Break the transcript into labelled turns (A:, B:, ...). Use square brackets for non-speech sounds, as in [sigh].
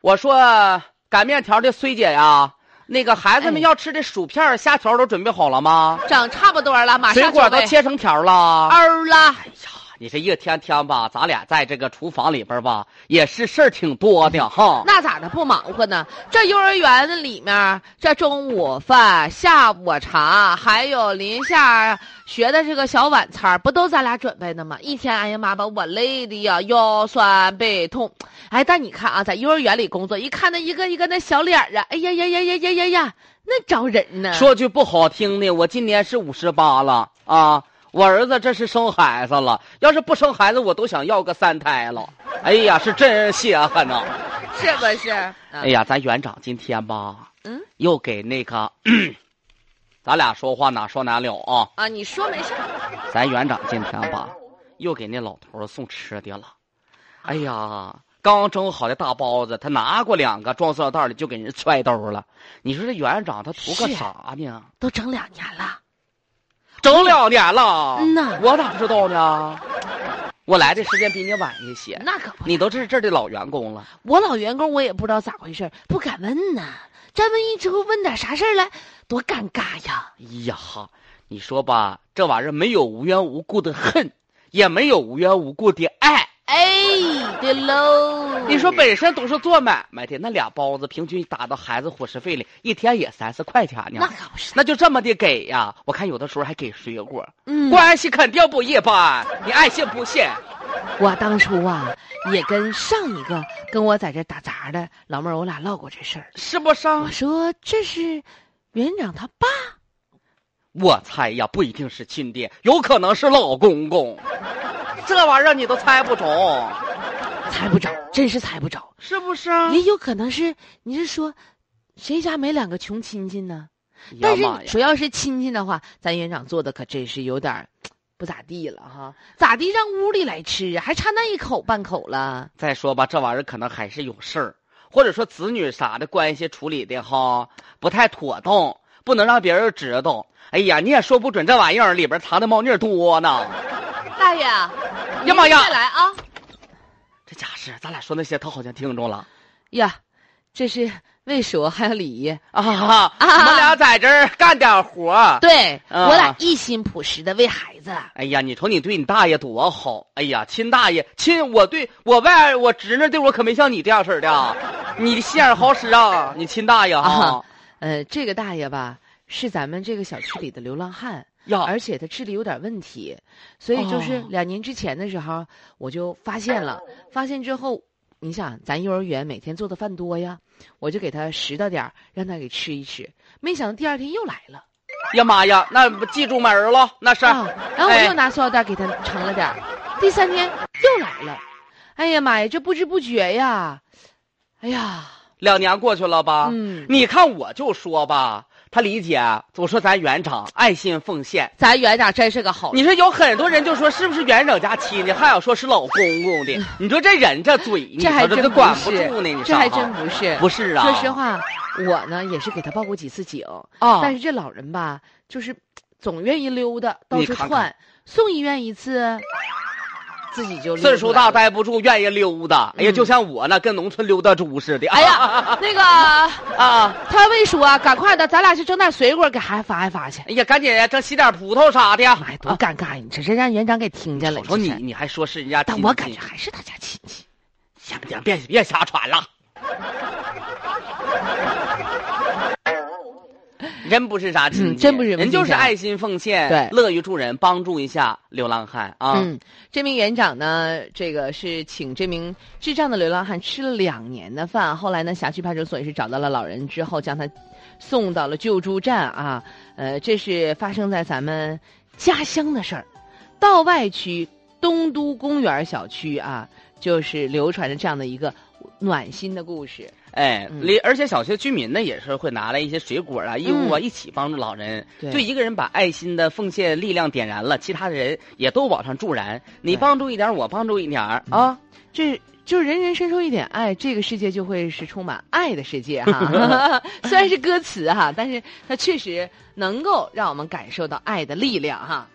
A: 我说擀面条的崔姐呀，那个孩子
B: 哎
A: 们要吃的薯片儿、虾条都准备好了吗？
B: 整差不多了，马
A: 水
B: 上
A: 果
B: 就
A: 都
B: 喂
A: 切成条了。
B: 儿了。
A: 你这一天天吧，咱俩在这个厨房里边吧，也是事儿挺多的哈。
B: 那咋的不忙活呢？这幼儿园里面，这中午饭、下午茶，还有临下学的这个小晚餐，不都咱俩准备的吗？一天，哎呀妈，把我累的呀，腰酸背痛。哎，但你看啊，在幼儿园里工作，一看那一个一个那小脸儿啊，哎呀呀呀呀呀呀呀，那招人呢。
A: 说句不好听的，我今年是五十八了啊，我儿子这是生孩子了，要是不生孩子，我都想要个三胎了。哎呀，是真稀罕呐！
B: 嗯是不是？哎
A: 哎，呀，咱园长今天吧，
B: 嗯
A: 又给那个， [clears throat] 咱俩说话哪说哪了啊？
B: 啊，你说没事儿，
A: 咱园长今天吧，又给那老头儿送吃的了。哎呀，刚蒸好的大包子，他拿过两个装塑料袋里，就给人揣兜了。你说这园长他图个
B: 是啊
A: 啥呢？
B: 都整两年了，
A: 整两年了，
B: 嗯呐
A: 我咋不知道呢？我来的时间比你晚一些，
B: 那可不。
A: 你都是这儿的老员工了。
B: 我老员工我也不知道咋回事儿，不敢问呐。再问一之后问点啥事儿来，多尴尬呀！
A: 哎呀，你说吧，这玩意儿没有无缘无故的恨，也没有无缘无故的爱。
B: 哎，对喽。
A: 你说本身都是做买卖的，那俩包子平均打到孩子伙食费里，一天也三四块钱呢。
B: 那可不是，
A: 那就这么的给呀？我看有的时候还给水果，
B: 嗯，
A: 关系肯定不一般。你爱信不信？
B: 我当初啊，也跟上一个跟我在这打杂的老妹儿，我俩唠过这事儿。
A: 是不是啊？
B: 我说这是园长他爸，
A: 我猜呀，不一定是亲爹，有可能是老公公。这玩意儿你都猜不中，
B: 猜不着，真是猜不着，
A: 是不是？啊
B: 也有可能是你是说，谁家没两个穷亲戚呢？
A: 哎
B: 但
A: 呀妈
B: 是
A: 呀！
B: 主要是亲戚的话，咱园长做的可真是有点儿不咋地了哈，咋地让屋里来吃啊？还差那一口半口了。
A: 再说吧，这玩意儿可能还是有事儿，或者说子女啥的关系处理的哈不太妥当，不能让别人知道。哎呀，你也说不准这玩意儿里边藏的猫腻儿多呢。
B: 大爷，呀
A: 呀妈呀
B: 再来啊！
A: 这家事，咱俩说那些，他好像听着了
B: 呀，这是魏叔还有李姨，
A: 啊！我们俩在这儿干点活儿。
B: 对、
A: 啊
B: 我俩一心朴实的为孩子。
A: 哎呀，你瞅你对你大爷多好！哎呀，亲大爷，亲我对我外我侄女对我可没像你这样式儿的啊，你心眼儿好使啊！你亲大爷啊
B: 啊呃，这个大爷吧，是咱们这个小区里的流浪汉，
A: 呀，
B: 而且他智力有点问题，所以就是
A: 哦
B: 两年之前的时候，我就发现了，发现之后，你想咱幼儿园每天做的饭多呀，我就给他拾掇点儿让他给吃一吃，没想到第二天又来了
A: 哎呀妈呀，那不记住门儿了，那是。
B: 啊，然后我
A: 哎
B: 又拿塑料袋给他盛了点儿，第三天又来了，哎呀妈呀，这不知不觉呀，哎呀，
A: 两年过去了吧？
B: 嗯，
A: 你看我就说吧，他理解。我说咱园长爱心奉献，
B: 咱园长真是个好人，
A: 你说有很多人就说是不是园长家亲戚，还有说是老公公的。你说这人这嘴，你
B: 嗯这还
A: 说这
B: 真
A: 都
B: 不
A: 管不
B: 是
A: 住呢，你
B: 这还
A: 上
B: 真
A: 哈
B: 不是，
A: 不是啊？
B: 说实话，我呢也是给他报过几次警。
A: 啊，
B: 但是这老人吧，就是总愿意溜达，到
A: 你
B: 处
A: 看
B: 窜。
A: 看
B: 送医院一次，自己就溜
A: 岁数
B: 出来
A: 大
B: 了。
A: 待不住，愿意溜达。哎呀，
B: 嗯
A: 就像我那跟农村溜达猪似的。
B: 哎呀，那个
A: [laughs] 啊！
B: 他魏叔啊，赶快的，咱俩去整点水果给孩子发一发去。
A: 哎呀，赶紧整洗点葡萄啥的呀！
B: 妈呀，多
A: 啊
B: 尴尬呀！你这是让园长给听见了。
A: 瞅瞅你
B: 这，是
A: 你还说是人家亲
B: 但
A: 戚，
B: 我感觉还是他家亲戚。
A: 行行，别别瞎传
B: [laughs]
A: 了。真不是啥亲
B: 嗯
A: 戚，
B: 真不是
A: 人就是
B: 亲戚啊
A: 爱心奉献，
B: 对
A: 乐于助人，帮助一下流浪汉啊。
B: 嗯，这名园长呢，这个是请这名智障的流浪汉吃了两年的饭，后来呢，辖区派出所也是找到了老人之后，将他送到了救助站啊。呃，这是发生在咱们家乡的事儿，道外区东都公园小区啊，就是流传着这样的一个暖心的故事。
A: 哎，
B: 嗯
A: 离而且小区居民呢也是会拿来一些水果啊、衣物啊，一起帮助老人。
B: 嗯对
A: 就一个人把爱心的奉献力量点燃了，其他人也都往上助燃。你
B: 对
A: 帮助一点，我帮助一点儿啊。
B: 这就是人人伸出一点爱，这个世界就会是充满爱的世界哈。虽然是歌词哈，但是它确实能够让我们感受到爱的力量哈。